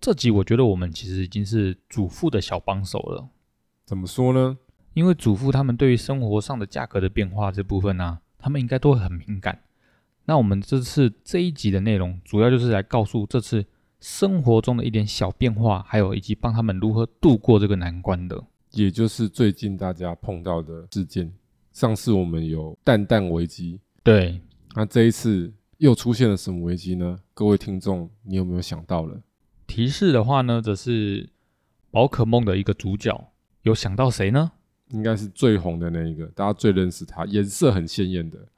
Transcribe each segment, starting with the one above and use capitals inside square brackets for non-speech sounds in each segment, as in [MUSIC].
这集我觉得我们其实已经是主妇的小帮手了，怎么说呢？因为主妇他们对于生活上的价格的变化这部分呢、啊，他们应该都会很敏感。那我们这次这一集的内容，主要就是来告诉这次生活中的一点小变化，还有以及帮他们如何度过这个难关的。也就是最近大家碰到的事件。上次我们有蛋蛋危机，对，那这一次又出现了什么危机呢？各位听众，你有没有想到了？提示的话呢，则是宝可梦的一个主角，有想到谁呢？应该是最红的那一个，大家最认识它，颜色很鲜艳的。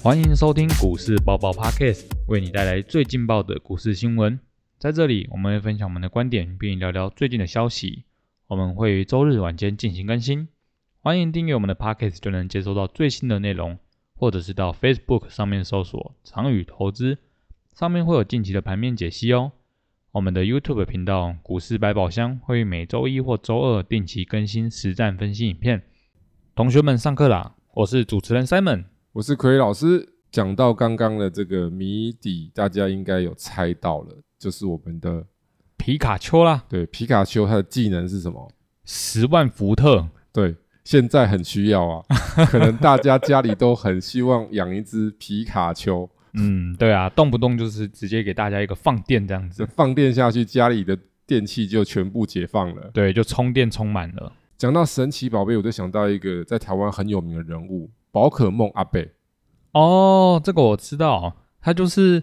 欢迎收听股市爆爆 Podcast，为你带来最劲爆的股市新闻。在这里，我们会分享我们的观点，并聊聊最近的消息。我们会于周日晚间进行更新。欢迎订阅我们的 Podcast，就能接收到最新的内容，或者是到 Facebook 上面搜索“长宇投资”，上面会有近期的盘面解析哦。我们的 YouTube 频道“股市百宝箱”会于每周一或周二定期更新实战分析影片。同学们，上课啦！我是主持人 Simon。我是奎老师。讲到刚刚的这个谜底，大家应该有猜到了，就是我们的皮卡丘啦，对皮卡丘它的技能是什么？十万伏特，对，现在很需要啊，可能大家家里都很希望养一只皮卡丘，嗯，对啊，动不动就是直接给大家一个放电这样这子，放电下去，家里的电器就全部解放了。对，就充电充满了。讲到神奇宝贝，我就想到一个在台湾很有名的人物——宝可梦阿贝。哦，这个我知道，他就是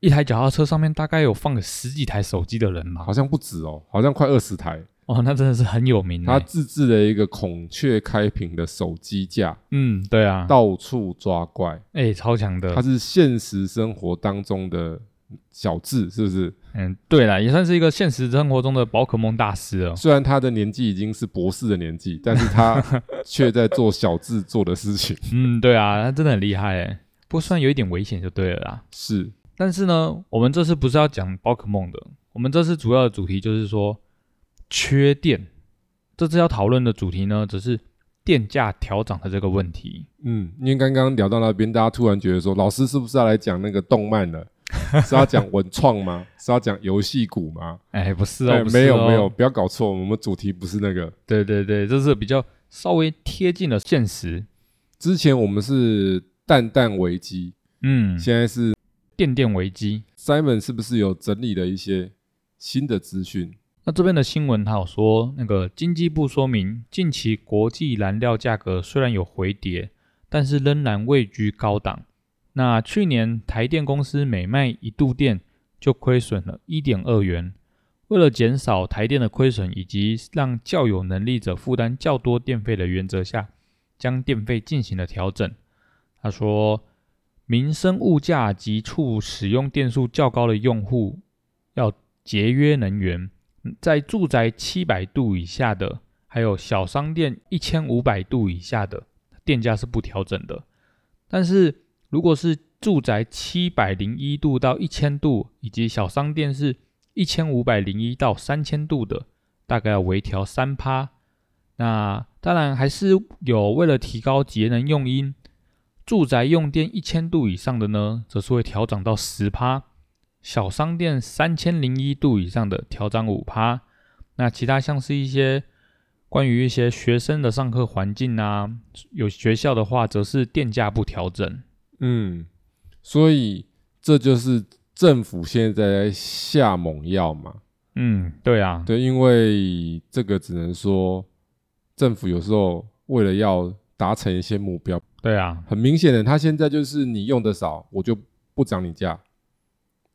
一台脚踏车上面大概有放个十几台手机的人吧好。像不止哦，好像快二十台。哦，那真的是很有名、他欸。自制了一个孔雀开屏的手机架，嗯，对啊，到处抓怪。哎、超强它的。是现实生活当中的小智，是不是？嗯，对啦，也算是一个现实生活中的宝可梦大师了。虽然他的年纪已经是博士的年纪，但是他却在做小智做的事情。嗯，对啊，他真的很厉害哎、不过虽然有一点危险就对了啦。是但是呢，我们这次不是要讲宝可梦的，我们这次主要的主题就是说缺电。这次要讨论的主题呢，只是电价调涨的这个问题。嗯，因为刚刚聊到那边，大家突然觉得说，老师是不是要来讲那个动 [LAUGHS] 漫了？是要讲文创吗？是要讲游戏股吗？哎，不 [LAUGHS] 是哦，哎不是没有哦没有，，不要搞错，我们主题不是那个。对对对，这是比较稍微贴近了现实。之前我们是蛋蛋危机，嗯，现在是电电危机。 Simon 是不是有整理了一些新的资讯？那这边的新闻它有说，那个经济部说明，近期国际燃料价格虽然有回跌，但是仍然位居高档。那去年台电公司每卖一度电就亏损了一点二元。为了减少台电的亏损，以及让较有能力者负担较多电费的原则下，将电费进行了调整。他说，民生物价及促使用电数较高的用户要节约能源。在住宅七百度以下的，还有小商店一千五百度以下的电价是不调整的。但是如果是住宅七百零一度到一千度，以及小商店是一千五百零一到三千度的，大概要微调三趴。那当然还是有为了提高节能用因，住宅用电一千度以上的呢，则是会调整到十趴。小商店三千零一度以上的调涨五趴。那其他像是一些关于一些学生的上课环境啊，有学校的话则是电价不调整。嗯，所以这就是政府现在在下猛药嘛。嗯，对啊，对，因为这个只能说政府有时候为了要达成一些目标，对啊，很明显的，他现在就是你用的少，我就不涨你价；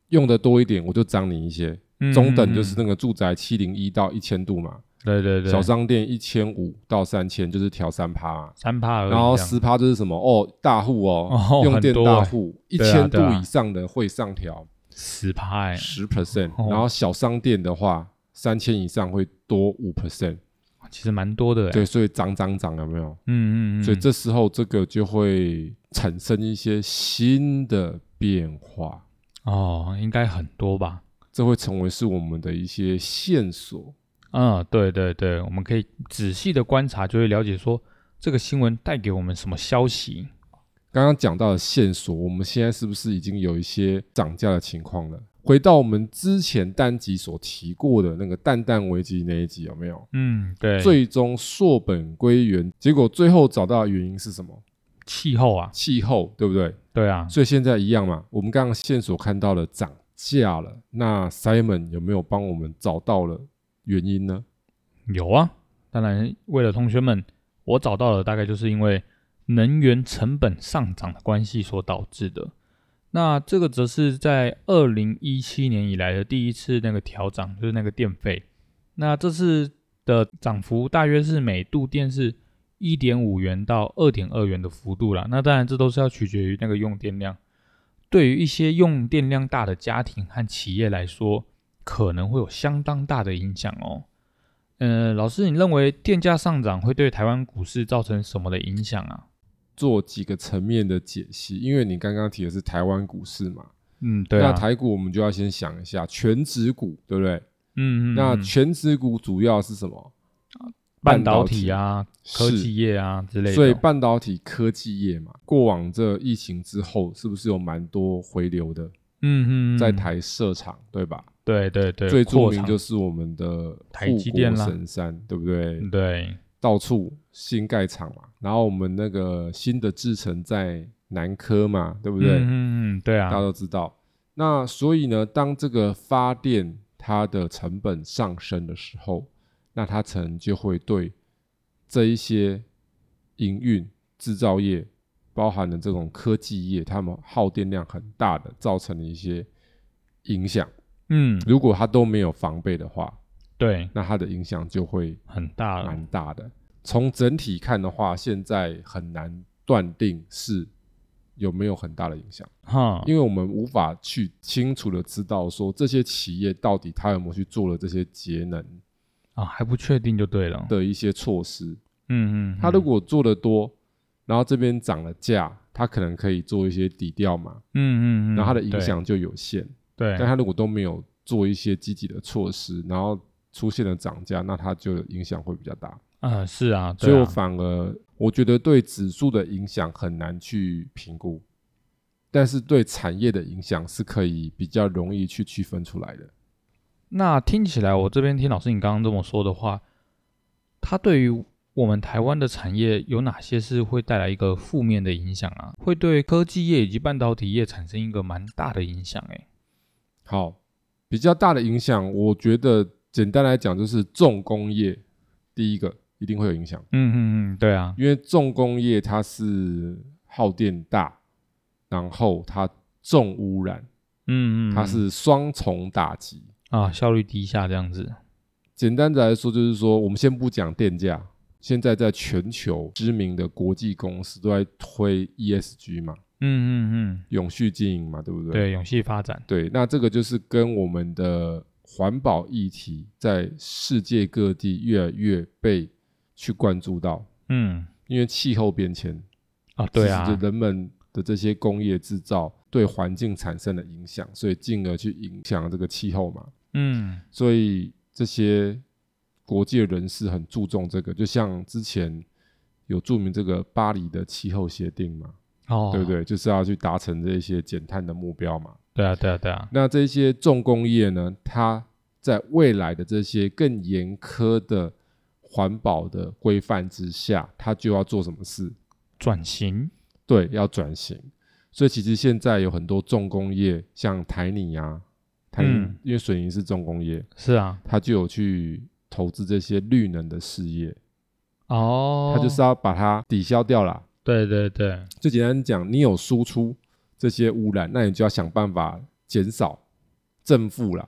用的多一点，我就涨你一些。嗯中等就是嗯那个住宅七零一到一千度嘛，对对对，小商店一千五到三千就是调三趴嘛，三趴而已这样，然后十趴就是什么哦，大户哦，哦用电很多大欸户一对啊千度对啊以上的会上调十趴，哎，十 percent，哦然后小商店的话三千以上会多五 percent，其实蛮多的哎。对，所以涨涨涨有没有？嗯嗯嗯，所以这时候这个就会产生一些新的变化，哦应该很多吧。这会成为是我们的一些线索。嗯，对对对，我们可以仔细的观察，就会了解说这个新闻带给我们什么消息？刚刚讲到的线索，我们现在是不是已经有一些涨价的情况了？回到我们之前单集所提过的那个蛋蛋危机那一集，有没有？嗯，对，最终溯本归源，结果最后找到的原因是什么？气候啊，气候，对不对？对啊，所以现在一样嘛，我们刚刚线索看到了涨价了，那 Simon 有没有帮我们找到了原因呢？有啊。当然，为了同学们，我找到了大概就是因为能源成本上涨的关系所导致的。那这个则是在二零一七年以来的第一次那个调涨，就是那个电费。那这次的涨幅大约是每度电是一点五元到二点二元的幅度啦。那当然，这都是要取决于那个用电量。对于一些用电量大的家庭和企业来说，可能会有相当大的影响哦。呃，老师，你认为电价上涨会对台湾股市造成什么的影响啊？做几个层面的解析，因为你刚刚提的是台湾股市嘛，嗯，对啊那，台股我们就要先想一下全指股，对不对？嗯嗯，那嗯全指股主要是什么？半导体啊、科是技业啊之类的，所以半导体科技业嘛，过往这疫情之后，是不是有蛮多回流的，嗯嗯，嗯在，台设厂，对吧？对对对，最著扩名厂就是我们的台积电啦护国神山，对不对？对，到处新盖厂嘛，然后我们那个新的制程在南科嘛，对不对？嗯嗯嗯，对大家啊，都知道。那所以呢，当这个发电它的成本上升的时候，那它可能就会对这一些营运、制造业，包含了这种科技业，他们耗电量很大的，造成了一些影响。嗯，如果它都没有防备的话，对，那它的影响就会很大了，蛮大的。从整体看的话，现在很难断定是有没有很大的影响。哈，因为我们无法去清楚的知道说这些企业到底它有没有去做了这些节能啊还不确定就对了，的一些措施。嗯嗯，它如果做的多，然后这边涨了价，它可能可以做一些抵调嘛，嗯，嗯嗯嗯，然后它的影对，响就有限。对但，它如果都没有做一些积极的措施，然后出现了涨价，那它就影响会比较大。啊是啊，所对以啊我反而我觉得对指数的影响很难去评估，但是对产业的影响是可以比较容易去区分出来的。那听起来，我这边听老师你刚刚这么说的话，它对于我们台湾的产业有哪些是会带来一个负面的影响啊？会对科技业以及半导体业产生一个蛮大的影响、欸，好，比较大的影响，我觉得简单来讲就是重工业，第一个一定会有影响，嗯嗯嗯，对啊，因为重工业它是耗电大，然后它重污染，嗯嗯，它是双重打击。啊，效率低下这样子，简单的来说，就是说我们先不讲电价，现在在全球知名的国际公司都在推 ESG 嘛，嗯嗯永续经营嘛，对不嗯，对？对，永续发展，对，那这个就是跟我们的环保议题在世界各地越来越被去关注到，嗯因为气候变迁，啊，对其实啊就，人们的这些工业制造对环境产生了影响，所以进而去影响这个气候嘛。嗯所以这些国际人士很注重这个，就像之前有注明这个巴黎的气候协定嘛，哦，对不？对？就是要去达成这些减碳的目标嘛。对啊对啊对啊，那这些重工业呢，它在未来的这些更严苛的环保的规范之下，它就要做什么事？转型，对，要转型。所以其实现在有很多重工业，像台泥啊，台泥、嗯因为水泥是重工业，是啊，它就有去投资这些绿能的事业，哦，它就是要把它抵消掉啦。对对对，就简单讲，你有输出这些污染，那你就要想办法减少正负啦，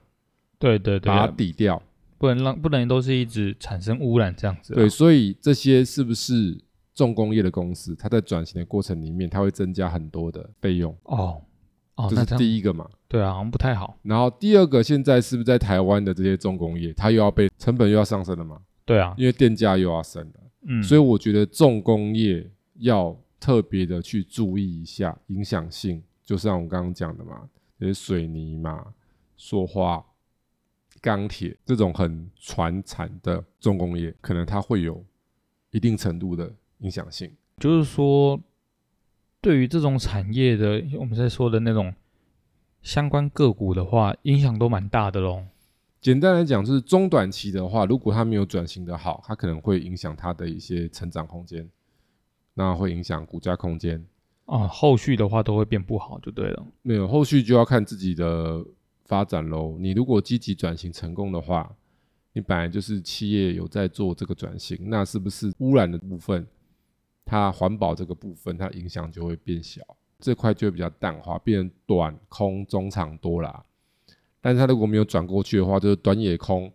对对对把啊，它抵掉。不能让不能都是一直产生污染这样子啊、对，所以这些是不是重工业的公司，它在转型的过程里面，它会增加很多的费用，哦哦，这那是这样第一个嘛。对啊，好像不太好。然后第二个，现在是不是在台湾的这些重工业，它又要被成本又要上升了嘛？对啊，因为电价又要升了。嗯，所以以我觉得重工业要特别的去注意一下影响性，就像我们刚刚讲的嘛，就是水泥嘛、塑化、钢铁这种很传产的重工业，可能它会有一定程度的影响性。就是说，对于这种产业的，我们在说的那种相关个股的话，影响都蛮大的喽。简单来讲，就是中短期的话，如果它没有转型的好，它可能会影响它的一些成长空间，那会影响股价空间。哦，后续的话都会变不好，就对了。 [LAUGHS] 没有后续就要看自己的发展喽。你如果积极转型成功的话，你本来就是企业有在做这个转型，那是不是污染的部分，它环保这个部分，它影响就会变小，这块就会比较淡化，变成短空中长多啦。但是它如果没有转过去的话，就是短也空，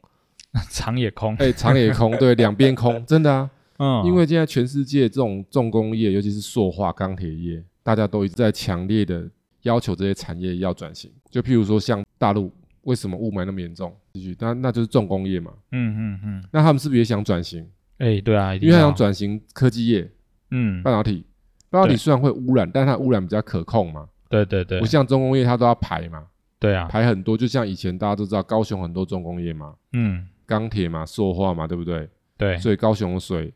长也空，哎、长也空，对，两边空，真的啊。嗯，因为现在全世界这种重工业，尤其是塑化、钢铁业，大家都一直在强烈的要求这些产业要转型。就譬如说，像大陆为什么雾霾那么严重？继续，那那就是重工业嘛。嗯嗯嗯，那他们是不是也想转型？哎、对啊，一因定为他要想，转型科技业、嗯，半导体。半导体对虽然会污染，但它污染比较可控嘛，对对对不，像重工业它都要排嘛，对啊，排很多。就像以前大家都知道，高雄很多重工业嘛，嗯，钢铁嘛、塑化嘛，对不对？对，所以高雄的水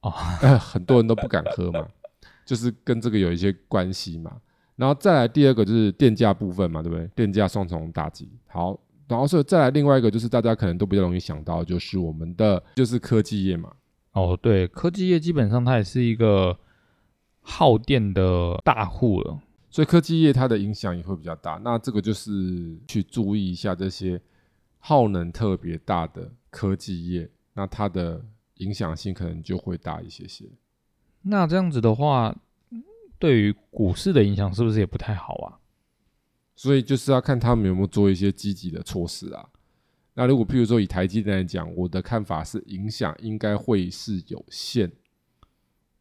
哦呃很多人都不敢喝嘛，就是跟这个有一些关系嘛。然后再来第二个就是电价部分嘛，对不对？电价双重打击。好，然后所以再来另外一个就是大家可能都比较容易想到，就是我们的就是科技业嘛，哦，对，科技业基本上它也是一个耗电的大户了。所以科技业它的影响也会比较大。那这个就是去注意一下这些耗能特别大的科技业，那它的影响性可能就会大一些些。那这样子的话，对于股市的影响是不是也不太好啊？所以就是要看他们有没有做一些积极的措施啊。那如果譬如说以台积电来讲，我的看法是影响应该会是有限，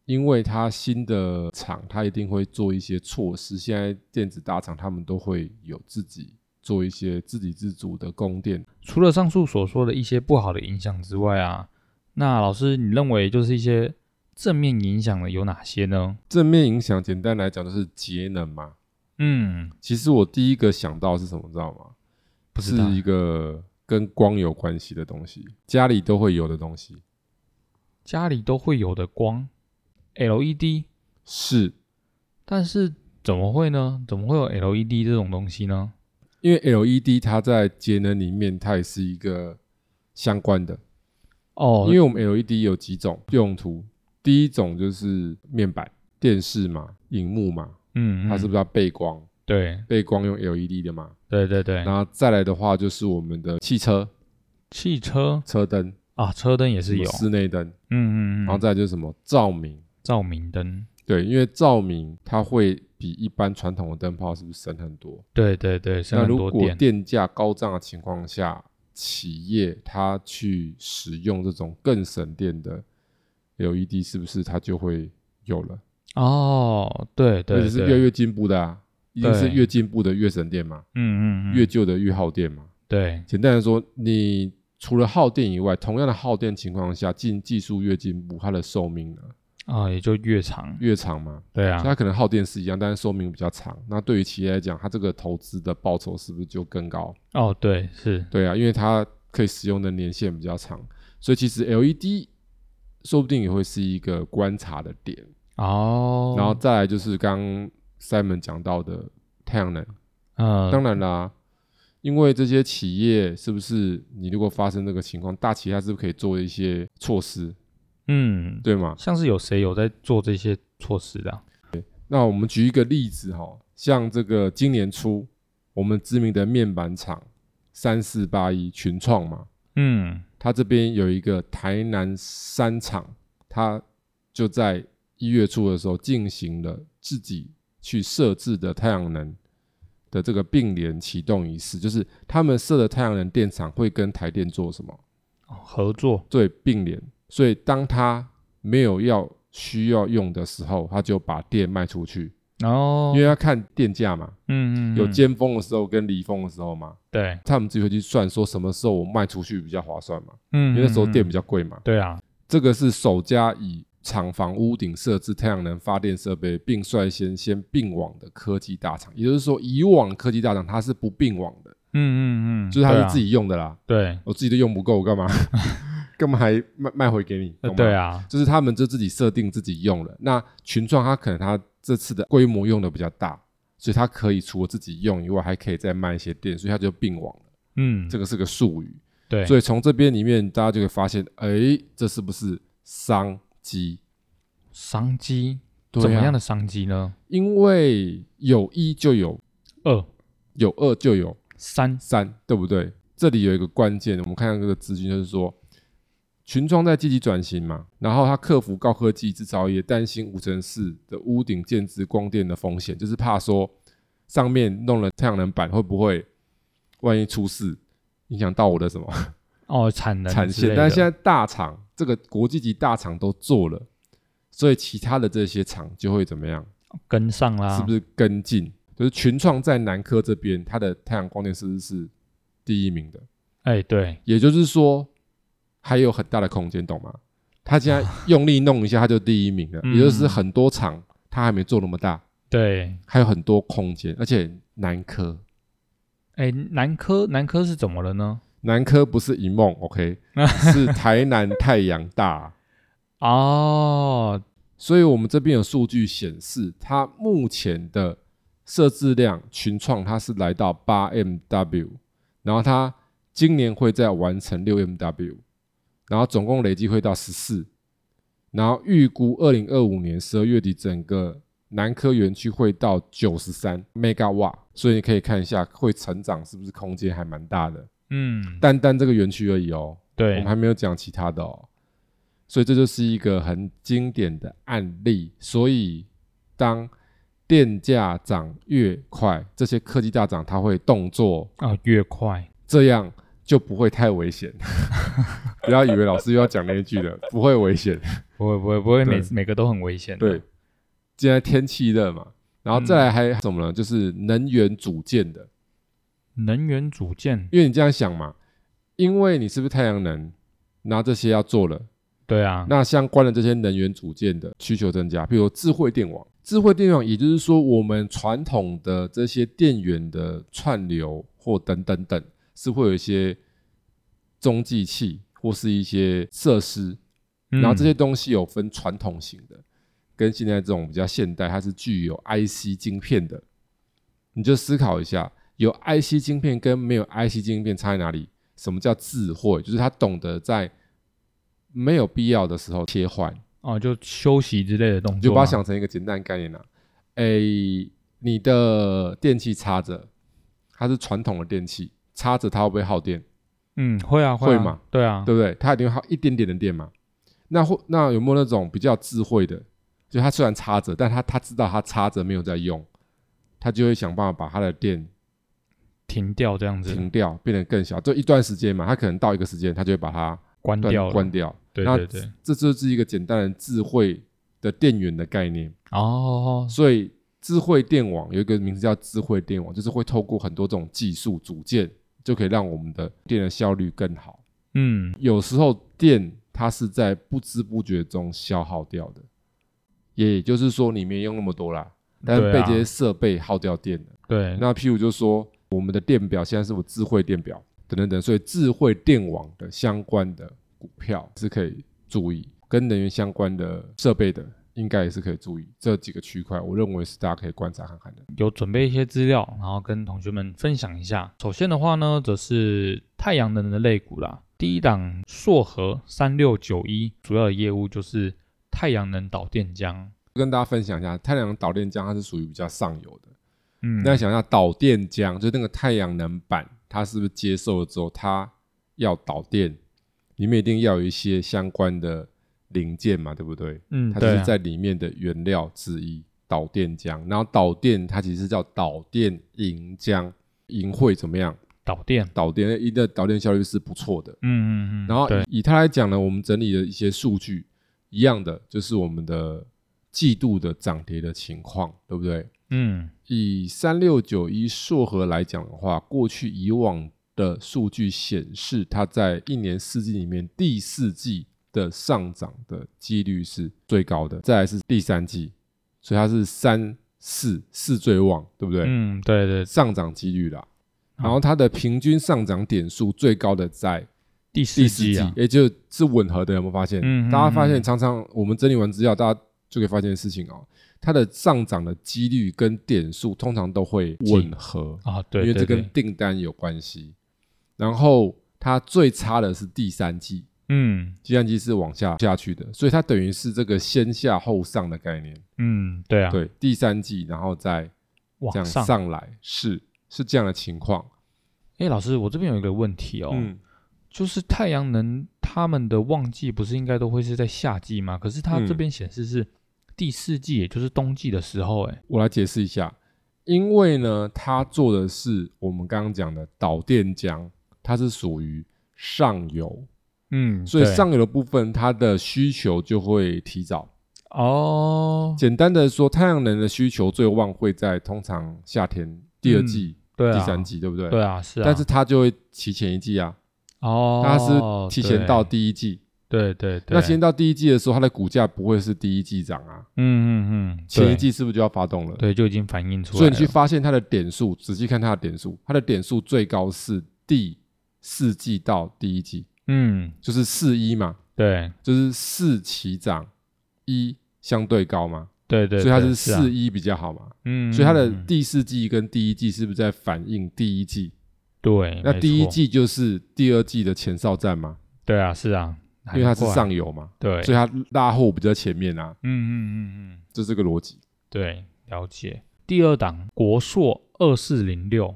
因为它新的厂它一定会做一些措施。现在电子大厂他们都会有自己做一些自给自足的供电。除了上述所说的一些不好的影响之外啊，那老师你认为就是一些正面影响的有哪些呢？正面影响简单来讲就是节能嘛。嗯，其实我第一个想到是什么，知道吗？不是知道一个跟光有关系的东西，家里都会有的东西。家里都会有的光 LED，是但是怎么会呢？怎么会有 LED 这种东西呢？因为 LED 它在节能里面，它也是一个相关的。哦，因为我们 LED 有几种用途，第一种就是面板、电视嘛、荧幕嘛，嗯，嗯它是不是要背光？对背光用 LED 的嘛。对对对，然后再来的话，就是我们的汽车汽车车灯啊，车灯也是有，室内灯，嗯嗯然后嗯，再来就是什么照明。照明灯，对，因为照明它会比一般传统的灯泡是不是省很多？对对对，省那很如多果电，电价高涨的情况下，企业它去使用这种更省电的 LED，是不是它就会有了？哦，对对而对，且是越来越进步的啊，一定是对越进步的越省电嘛，嗯嗯嗯，越旧的越耗电嘛。对简单来说，你除了耗电以外，同样的耗电情况下，进技术越进步，它的寿命呢啊，也就越长，越长嘛，对所啊以，它可能耗电是一样，但是寿命比较长。那对于企业来讲，它这个投资的报酬是不是就更高？哦，对，是，对啊，因为它可以使用的年限比较长，所以其实 LED 说不定也会是一个观察的点。哦，然后，再来就是刚 Simon 讲到的太阳能，嗯，当然啦，因为这些企业是不是你如果发生这个情况，大企业它是不是可以做一些措施，嗯，对吗？像是有谁有在做这些措施的啊？那我们举一个例子哈、像这个今年初我们知名的面板厂三四八一群创嘛，嗯，它这边有一个台南三厂，它就在一月初的时候进行了自己去设置的太阳能的这个并联启动仪式，就是他们设的太阳能电厂会跟台电做什么？哦合作，对，并联。所以当它没有要需要用的时候，它就把电卖出去，然后因，为要看电价嘛，哦嗯嗯，有嗯尖峰的时候跟离峰的时候嘛，对，他们自己会去算说什么时候我卖出去比较划算嘛，嗯，因为那时候嗯电，嗯比较贵嘛。对啊，这个是首家以厂房屋顶设置太阳能发电设备，并率先先并网的科技大厂。也就是说，以往科技大厂它是不并网的，嗯嗯嗯，就是它对是啊自己用的啦。对，我自己都用不够，我干嘛？ [LAUGHS] 干嘛还卖卖回给你？呃懂吗对啊，就是他们就自己设定自己用了。那群创它可能它这次的规模用的比较大，所以它可以除了自己用以外，还可以再卖一些店，所以它就并网了。嗯，这个是个术语，对，所以从这边里面大家就可以发现，哎，这是不是商机？商机对怎么啊样的商机呢？因为有一就有，二有二就有三，三，对不对？这里有一个关键，我们看看这个资讯，就是说群创在积极转型嘛，然后它克服高科技制造业，担心五城市的屋顶建制光电的风险，就是怕说上面弄了太阳能板会不会万一出事，影响到我的什么哦，产能产之线，类但的是现在大厂这个国际级大厂都做了，所以其他的这些厂就会怎么样？跟上啦，是不是跟进？就是群创在南科这边，它的太阳光电设施是第一名的，哎，对，也就是说还有很大的空间，懂吗？它现在用力弄一下，它就第一名了，嗯也就是很多厂它还没做那么大，对，还有很多空间，而且南科。哎，南科南科是怎么了呢？南科不是一梦，OK，是台南太阳大，哦，所以我们这边有数据显示，它目前的设置量群创它是来到八 MW，然后它今年会再完成六 MW，然后总共累计会到十四，然后预估二零二五年十二月底整个南科园区会到九十三 mega 瓦，所以你可以看一下会成长是不是空间还蛮大的，嗯，单单这个园区而已哦。我对们，还没有讲其他的哦。所以这就是一个很经典的案例。所以当电价涨越快，这些科技大涨它会动作，哦，越快，这样就不会太危险。 [LAUGHS] 不要以为老师又要讲那一句了， [LAUGHS] 不会危险。不会不会不会，每对每个都很危险的，对，现在天气热嘛，然后再来还怎么了？就是能源组件的，能源组件，因为你这样想嘛，因为你是不是太阳能，拿这些要做了。对啊，那相关的这些能源组件的需求增加，比如智慧电网。智慧电网，也就是说我们传统的这些电源的串流或等等等，是会有一些中继器或是一些设施，嗯然后这些东西有分传统型的，跟现在这种比较现代，它是具有 IC 晶片的。你就思考一下，有 IC 晶片跟没有 IC 晶片差在哪里？什么叫智慧？就是它懂得在没有必要的时候切换。哦，就休息之类的动作啊，你就把它想成一个简单的概念啦、啊诶、你的电器插着，它是传统的电器，插着它会不会耗电？嗯，会啊，会啊嘛，对啊，对不对？它一定会耗一点点的电嘛。那或那有没有那种比较智慧的？就它虽然插着，但它它知道它插着没有在用，它就会想办法把它的电停掉这样子，停掉，变得更小。就一段时间嘛，它可能到一个时间，它就会把它关断掉了，关掉。对那对对，这就是一个简单的智慧的电源的概念。哦，所以智慧电网有一个名字叫智慧电网，就是会透过很多这种技术组件，就可以让我们的电的效率更好。嗯，有时候电它是在不知不觉中消耗掉的，也就是说你没用那么多啦，但是对被啊这些设备耗掉电了。对，那譬如就说我们的电表现在是我智慧电表等等等，所以智慧电网的相关的股票是可以注意，跟能源相关的设备的应该也是可以注意这几个区块，我认为是大家可以观察看看的。有准备一些资料，然后跟同学们分享一下。首先的话呢，则是太阳能的类股啦。第一档硕和三六九一，主要的业务就是太阳能导电浆。跟大家分享一下，太阳能导电浆它是属于比较上游的。嗯，那想一下导电浆，就是那个太阳能板，它是不是接受了之后，它要导电，里面一定要有一些相关的零件嘛，对不对？嗯，它就是对啊在里面的原料之一，导电浆。然后导电它其实叫导电银浆，银会怎么样？导电。导电一的导电效率是不错的。嗯嗯嗯。然后对，以以它来讲呢，我们整理的一些数据一样的，就是我们的季度的涨跌的情况，对不对？嗯，以三六九一硕和来讲的话，过去以往的数据显示，它在一年四季里面第四季的上涨的几率是最高的，再来是第三季，所以它是三四四最旺，对不对？嗯，对对，上涨几率啦。然后它的平均上涨点数最高的在第第四四季季啊，，也就是吻合的，有没有发现？嗯嗯大家发嗯现常常我们整理完资料，大家就可以发现事情哦，它的上涨的几率跟点数通常都会吻合，啊，对，因为这对跟对订单有关系。然后它最差的是第三季，嗯计算机是往下下去的，所以它等于是这个先下后上的概念。嗯，对啊，对，第三季然后再这往样上。上来，是是这样的情况。哎，老师，我这边有一个问题哦，嗯，就是太阳能他们的旺季不是应该都会是在夏季吗？可是它这嗯边显示是第四季，也就是冬季的时候，哎，我来解释一下，因为呢，它做的是我们刚刚讲的导电浆，它是属于上游，嗯，所以对上游的部分它的需求就会提早。哦，简单的说，太阳能的需求最旺会在通常夏天第二嗯季、对啊，第三季，对不对？对啊，是啊，但是它就会提前一季啊，哦，它是提前到对，第一季。对对对，那提前到第一季的时候，它的股价不会是第一季涨啊，嗯嗯嗯，前一对季是不是就要发动了？对啊就已经反映出来所了，以你去发现它的点数，仔细看它的点数，它的点数最高是第四季到第一季，嗯，就是四一嘛，对就是四起涨，一相对高嘛，对对，所以它对是是啊四一比较好嘛。嗯，所以它的嗯嗯第四季跟第一季是不是在反映第一季？对，那嗯没第一错季就是第二季的前哨战嘛，对啊，是啊，因为它是难怪上游嘛，对，所以它拉货比较前面啊，嗯嗯嗯嗯，就这个逻辑。对，了解。第二档国硕二四零六，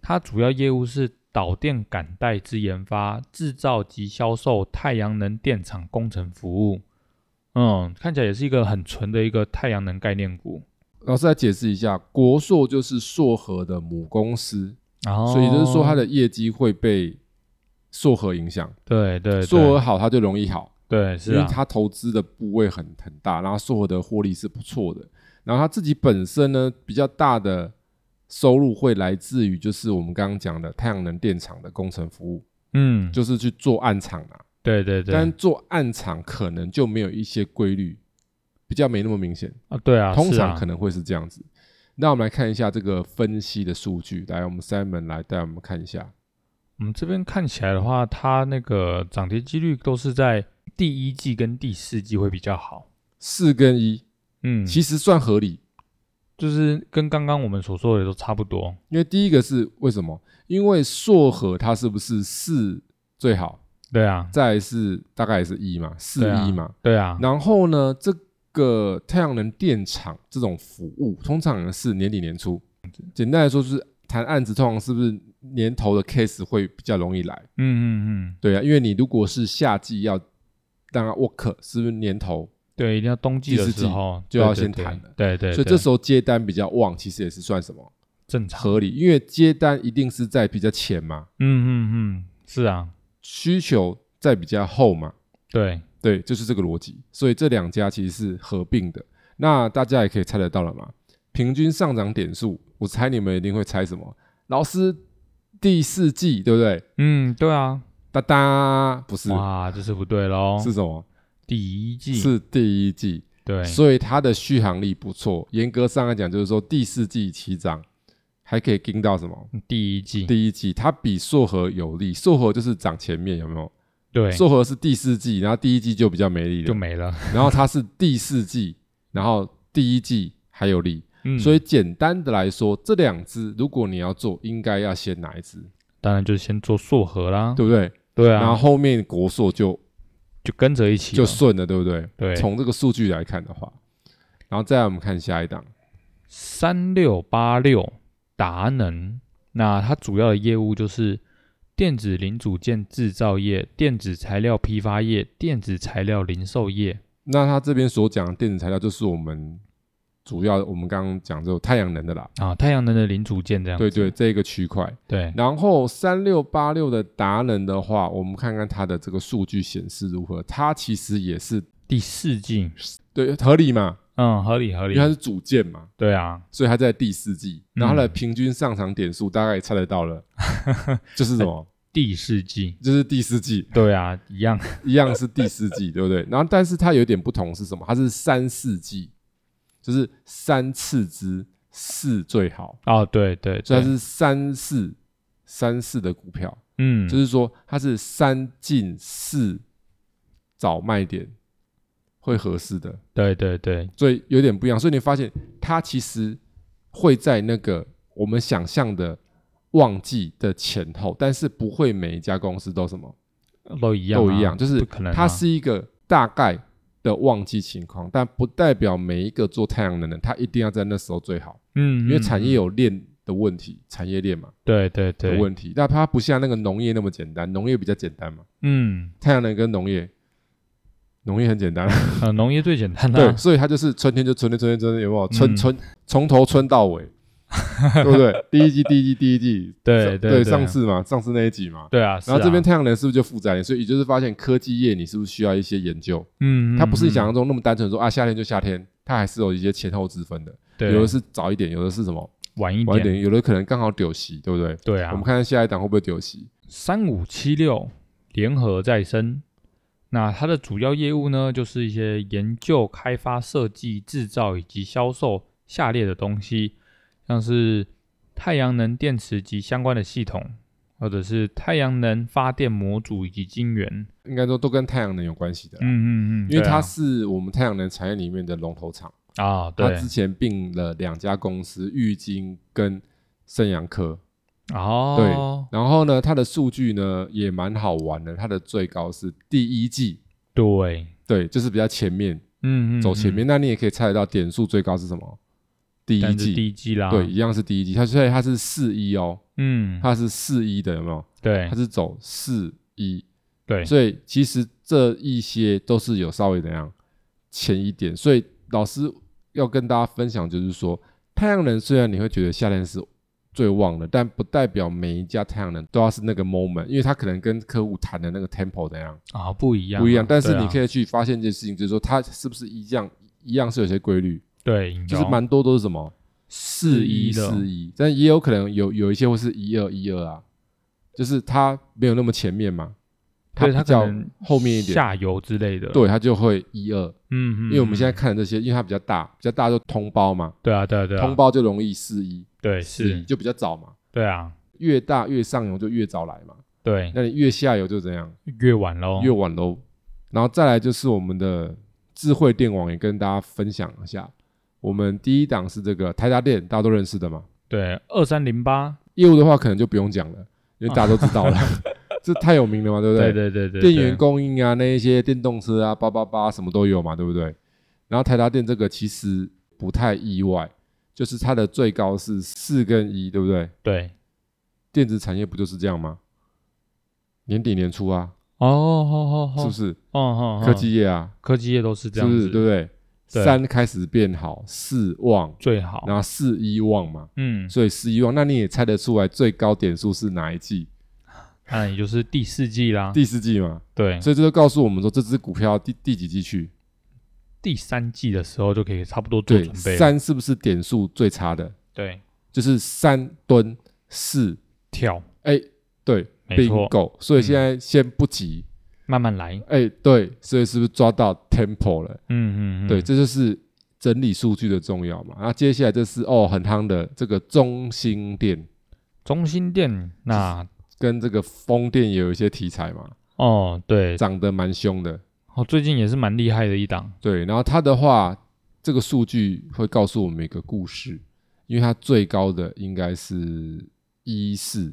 它主要业务是导电感带之研发、制造及销售太阳能电厂工程服务。嗯，看起来也是一个很纯的一个太阳能概念股，老师来解释一下，国硕就是硕和的母公司，哦所以就是说它的业绩会被硕和影响，对对对硕和好它就容易好，对是因为啊，它投资的部位很很大，然后硕和的获利是不错的，然后它自己本身呢比较大的收入会来自于就是我们刚刚讲的太阳能电厂的工程服务，嗯，就是去做暗场啊，对对对，但做暗场可能就没有一些规律，比较没那么明显，啊对啊，通是常啊可能会是这样子。那我们来看一下这个分析的数据，来，我们 Simon 来带我们看一下。我们这边看起来的话，它那个涨跌几率都是在第一季跟第四季会比较好。四跟一，嗯，其实算合理，就是跟刚刚我们所说的都差不多。因为第一个是为什么？因为硕和它是不是四最好，对啊，再来是大概也是一嘛，四对啊一嘛。对啊，然后呢，这个太阳能电厂这种服务，通常是年底年初。简单来说，就是谈案子，通常是不是年头的 case 会比较容易来？嗯嗯嗯，对啊，因为你如果是夏季要让它 work，是不是年头？对，一定要冬季的第四季时候就对要对先对谈了对对，所以对这时候接单比较旺，其实也是算什么正常。合理？因为接单一定是在比较前嘛，嗯嗯嗯，是啊，需求在比较后嘛，对，对，就是这个逻辑。所以这两家其实是合并的。那大家也可以猜得到了嘛？平均上涨点数，我猜你们一定会猜什么？老师第四季对不对？嗯对啊，哒哒，不是，哇，这是不对喽，是什么？第一季，是第一季。对，所以它的续航力不错。严格上来讲，就是说第四季起涨还可以盯到什么？第一季，第一季它比硕和有利，硕和就是涨前面有没有？对，硕和是第四季，然后第一季就比较没力就了，没了。然后它是第四季，然后第一季还有利。嗯，所以以简单的来说，这两只如果你要做，应该要先哪一只，当然就是先做硕核啦，对不对？对然后啊，后面国硕就就跟着一起就了顺了，对不对？对，从这个数据来看的话，然后再来我们看下一档，三六八六达能，那它主要的业务就是电子零组件制造业、电子材料批发业、电子材料零售业。那他这边所讲的电子材料，就是我们主要我们刚刚讲这种太阳能的啦，啊，太阳能的零组件这样对子。对，这个区块。对然后三六八六的达人的话，我们看看它的这个数据显示如何，它其实也是第四季，对合理嘛，嗯，合理合因理为。它是组件嘛，对啊，所以它在第四季，嗯然后它的平均上场点数大概也猜得到 [LAUGHS] 了，就是什么，第四季。就是第四季对啊，一样。一样是第四 [LAUGHS] 季，对不对？然后但是它有点不同是什么？它是三四季，就是三次之四最好。哦，对对所对以它，是三四三四的股票，嗯，就是说它是三进四找卖点会合适的，对对对，所以有点不一样。所以你发现它其实会在那个我们想象的旺季的前后，但是不会每一家公司都什么都一样啊、都一样，就是不可能啊、它是一个大概的旺季情况，但不代表每一个做太阳能的它一定要在那时候最好，嗯，嗯，因为产业嗯有链的问题，产业链嘛对对的对，问题。但它不像那个农业那么简单，农业比较简单嘛，嗯，太阳能跟农业，农业很简单，呃，农业最简单啦、对，所以它就是春天就春天，春天春天有没有？春嗯春从头春到 [LAUGHS] 尾，对不对？第一季第一季第一季，对上对对，对上次嘛，上次那一集嘛。对啊，是然后啊这边，太阳能是不是就负载了？所以也就是发现科技业你是不是需要一些研究？嗯，它不是你嗯想，象中那么单纯说啊夏天就夏天，它还是有一些前后之分的。对，有的是早一点，有的是什么晚一晚一点，点，有的可能刚好丢席，对不对？对我们啊，看看下一档会不会丢席？三五七六联合再生，那它的主要业务呢，就是一些研究、开发、设计、制造以及销售下列的东西，像是太阳能电池及相关的系统，或者是太阳能发电模组以及晶圆。应该说都跟太阳能有关系的啦，嗯嗯嗯，因为对啊它是我们太阳能产业里面的龙头厂。啊，它对之，前并了两家公司，玉晶跟圣阳科。哦，然后呢，它的数据呢也蛮好玩的，它的最高是第一季，对对，就是比较前面嗯嗯，走前嗯面。那你也可以猜得到点数最高是什么？第一但是季，第一啊季啦，对，，一样是第一季。它所以它是四一哦，嗯，它是四一的，有没有？对它是走四一，对，所以其实这一些都是有稍微怎样前一点，所以老师要跟大家分享，就是说太阳能虽然你会觉得夏天是最旺的，但不代表每一家太阳能都要是那个 moment，因为它可能跟客户谈的那个 tempo 怎样啊不一样啊，不一样，但是对啊你可以去发现一件事情，就是说它是不是一样一样是有些规律，对，就是有蛮多都是什么四一的，四一，但也有可能有有一些会是一二一二啊，就是它没有那么前面嘛。对比它可较能后面一点，下游之类的，对，它就会一二，嗯，嗯，因为我们现在嗯看的这些，因为它比较大，比较大就通包嘛，对啊对啊对啊，通包就容易四一，对四一是，就比较早嘛，对啊越大越上游就越早来嘛，对，那你越下游就怎样，越晚喽，越晚喽。然后再来就是我们的智慧电网，也跟大家分享一下，我们第一档是这个台达电，大家都认识的嘛，对二三零八，业务的话可能就不用讲了，因为大家都知 [LAUGHS] 道了，这太有名了嘛，对不对对对对，电对源供应啊，那一些电动车啊，八八八什么都有嘛，对不对？然后台达电这个其实不太意外，就是它的最高是四跟一，对不对？对电子产业不就是这样吗？年底年初啊，哦哦哦哦，是不是？哦哦哦科技业啊，科技业都是这是样不子是？，对不对？对三开始变好，四旺，最好，然后四一旺嘛，嗯，所以四一旺，那你也猜得出来最高点数是哪一季？那也就是第四季啦，第四季嘛，对，所以这就告诉我们说，这只股票第第几季去？第三季的时候就可以差不多做对准，备了，三是不是点数最差的？对，就是三吨四，跳，哎，对没错， ，bingo。所以嗯现在先不急，慢慢来，嗯哎、对，所以是不是抓到 tempo 了？嗯嗯嗯，对，这就是整理数据的重要嘛。那接下来这是哦，很夯的这个中心店中心店那跟这个风电也有一些题材嘛，哦，对，涨得蛮凶的。哦，最近也是蛮厉害的一档，对，然后它的话，这个数据会告诉我们一个故事，因为它最高的应该是一四。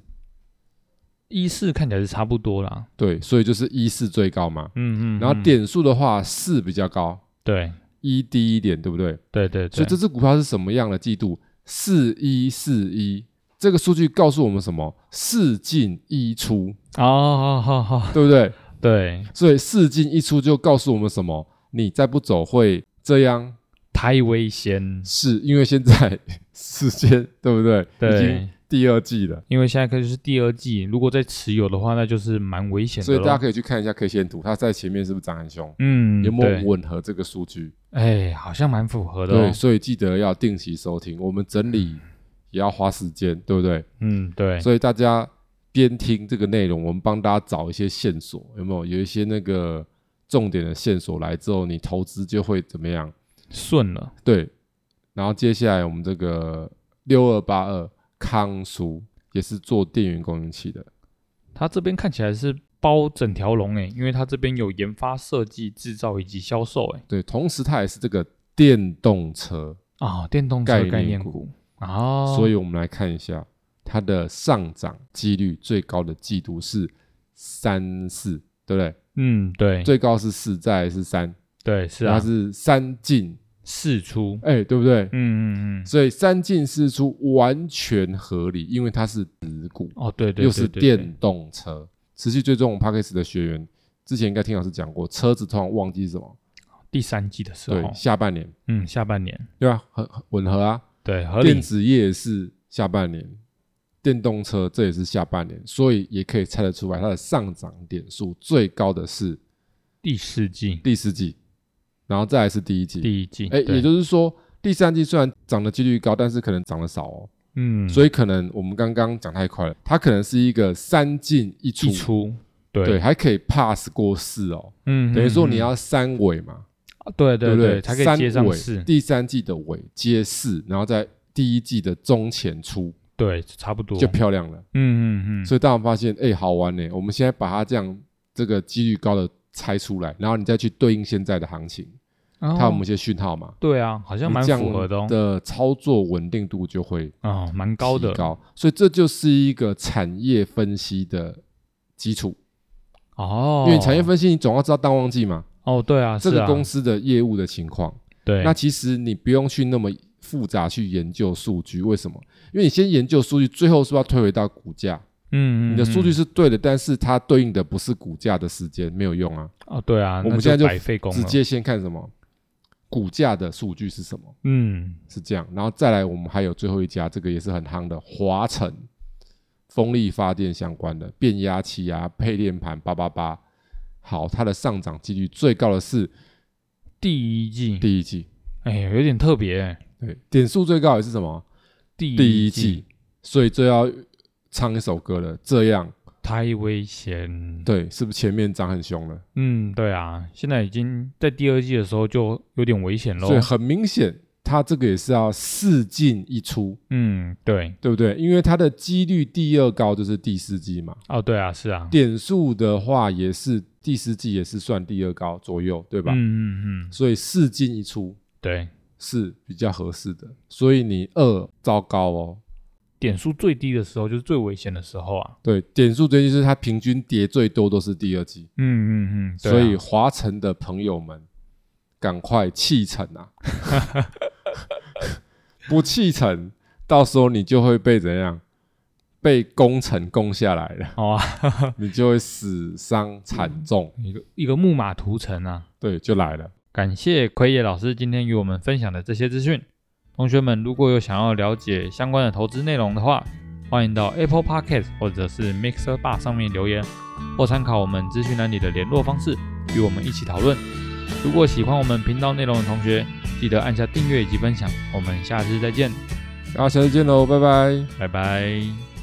一四看起来是差不多啦，对，所以就是一是最高嘛。嗯嗯，然后嗯点数的话，四比较高，对一低一点，对不对？对对对，所以这只股票是什么样的季度？四一四一，这个数据告诉我们什么？四进一出，哦，好好好，对不对？对，所以四进一出就告诉我们什么？你再不走会这样，太危险，是因为现在时间对不对？已经对，第二季了，因为现在可以就是第二季，如果再持有的话，那就是蛮危险的所咯，以大家可以去看一下 K 线图，它在前面是不是涨很凶？嗯，有没对有吻合这个数据？哎，好像蛮符合的哦对，，嗯所以记得要定期收听，我们整理也要花时间，对不对？嗯，对，所以大家边听这个内容，我们帮大家找一些线索，有没有？有一些那个重点的线索来之后，你投资就会怎么样？顺了，对。然后接下来我们这个六二八二康叔也是做电源供应器的，它这边看起来是包整条龙欸诶，因为它这边有研发、设计、制造以及销售欸诶。对，同时它也是这个电动车，啊，电动车概念概念股股啊，所以我们来看一下它的上涨几率最高的季度是三四，对不对？嗯，对，最高是四，再来是三，对是它啊，是三进，试出，哎、对不对？嗯嗯嗯，所以三进四出完全合理，因为它是子股，哦对对，又对是对对电动车。持续追踪我们 p a c k a g e 的学员，之前应该听老师讲过，车子通常旺季是什么？第三季的时候对，，下半年，嗯，下半年对吧、很很吻合啊。对合电理，子业也是下半年，电动车这也是下半年，所以也可以猜得出来，它的上涨点数最高的是第四季第四季，然后再来是第一季。第一季，哎，对也就是说，第三季虽然涨的几率高，但是可能涨得少哦。嗯，所以以可能我们刚刚讲太快了，它可能是一个三进一出，一出对对，还可以 pass 过四哦，嗯，等于说嗯你嗯要三尾嘛，啊对不对，对？才可以三接上尾市，第三季的尾接四，然后在第一季的中前出对，差不多，就漂亮了。嗯嗯嗯，所以大家发现，哎，好玩呢，我们现在把它这样这个几率高的猜出来，然后你再去对应现在的行情，哦它有某些讯号嘛，对啊，好像蛮你这样符合的哦，的操作稳定度就会啊，蛮高的提高，所以这就是一个产业分析的基础，哦，因为产业分析你总要知道淡旺季嘛，哦，对啊，这是个啊公司的业务的情况。对，嗯那其实你不用去那么复杂去研究数据，为什么？因为你先研究数据，最后是不是要推回到股价。嗯，嗯你的数据嗯是对的，但是它对应的不是股价的时间，没有用啊。哦，对啊，我那们现在就白费工直了，接先看什么股价的数据是什么，嗯，是这样。然后再来，我们还有最后一家，这个也是很夯的华晨，风力发电相关的变压器啊、配电盘八八八。好，它的上涨几率最高的是第一季，第一季，哎，有点特别欸，对，点数最高也是什么？第第一季季，所以就要唱一首歌了。这样，太危险，对，是不是前面涨很凶了？嗯，对啊，现在已经在第二季的时候就有点危险喽所以，很明显，它这个也是要四进一出，嗯，对，对不对？因为它的几率第二高就是第四季嘛，哦，对啊，是啊，点数的话也是第四季也是算第二高左右，对吧？嗯嗯嗯，所以四进一出对，是比较合适的。所以你二糟糕哦，点数最低的时候就是最危险的时候啊，对，点数最近是它平均跌最多都是第二季，嗯嗯嗯，对啊所以华晨的朋友们，赶快弃城 [LAUGHS] 啊！不弃城，到时候你就会被怎样？被攻城攻下来了， [LAUGHS] 好啊，你就会死伤惨重。 [LAUGHS] 一个一个木马屠城啊，对，就来了。感谢奎野老师今天与我们分享的这些资讯。同学们，如果有想要了解相关的投资内容的话，欢迎到 Apple Podcast 或者是 Mixer Bar 上面留言，或参考我们资讯栏里的联络方式，与我们一起讨论。如果喜欢我们频道内容的同学，记得按下订阅以及分享。我们下次再见，然后下次见喽，拜拜。拜拜。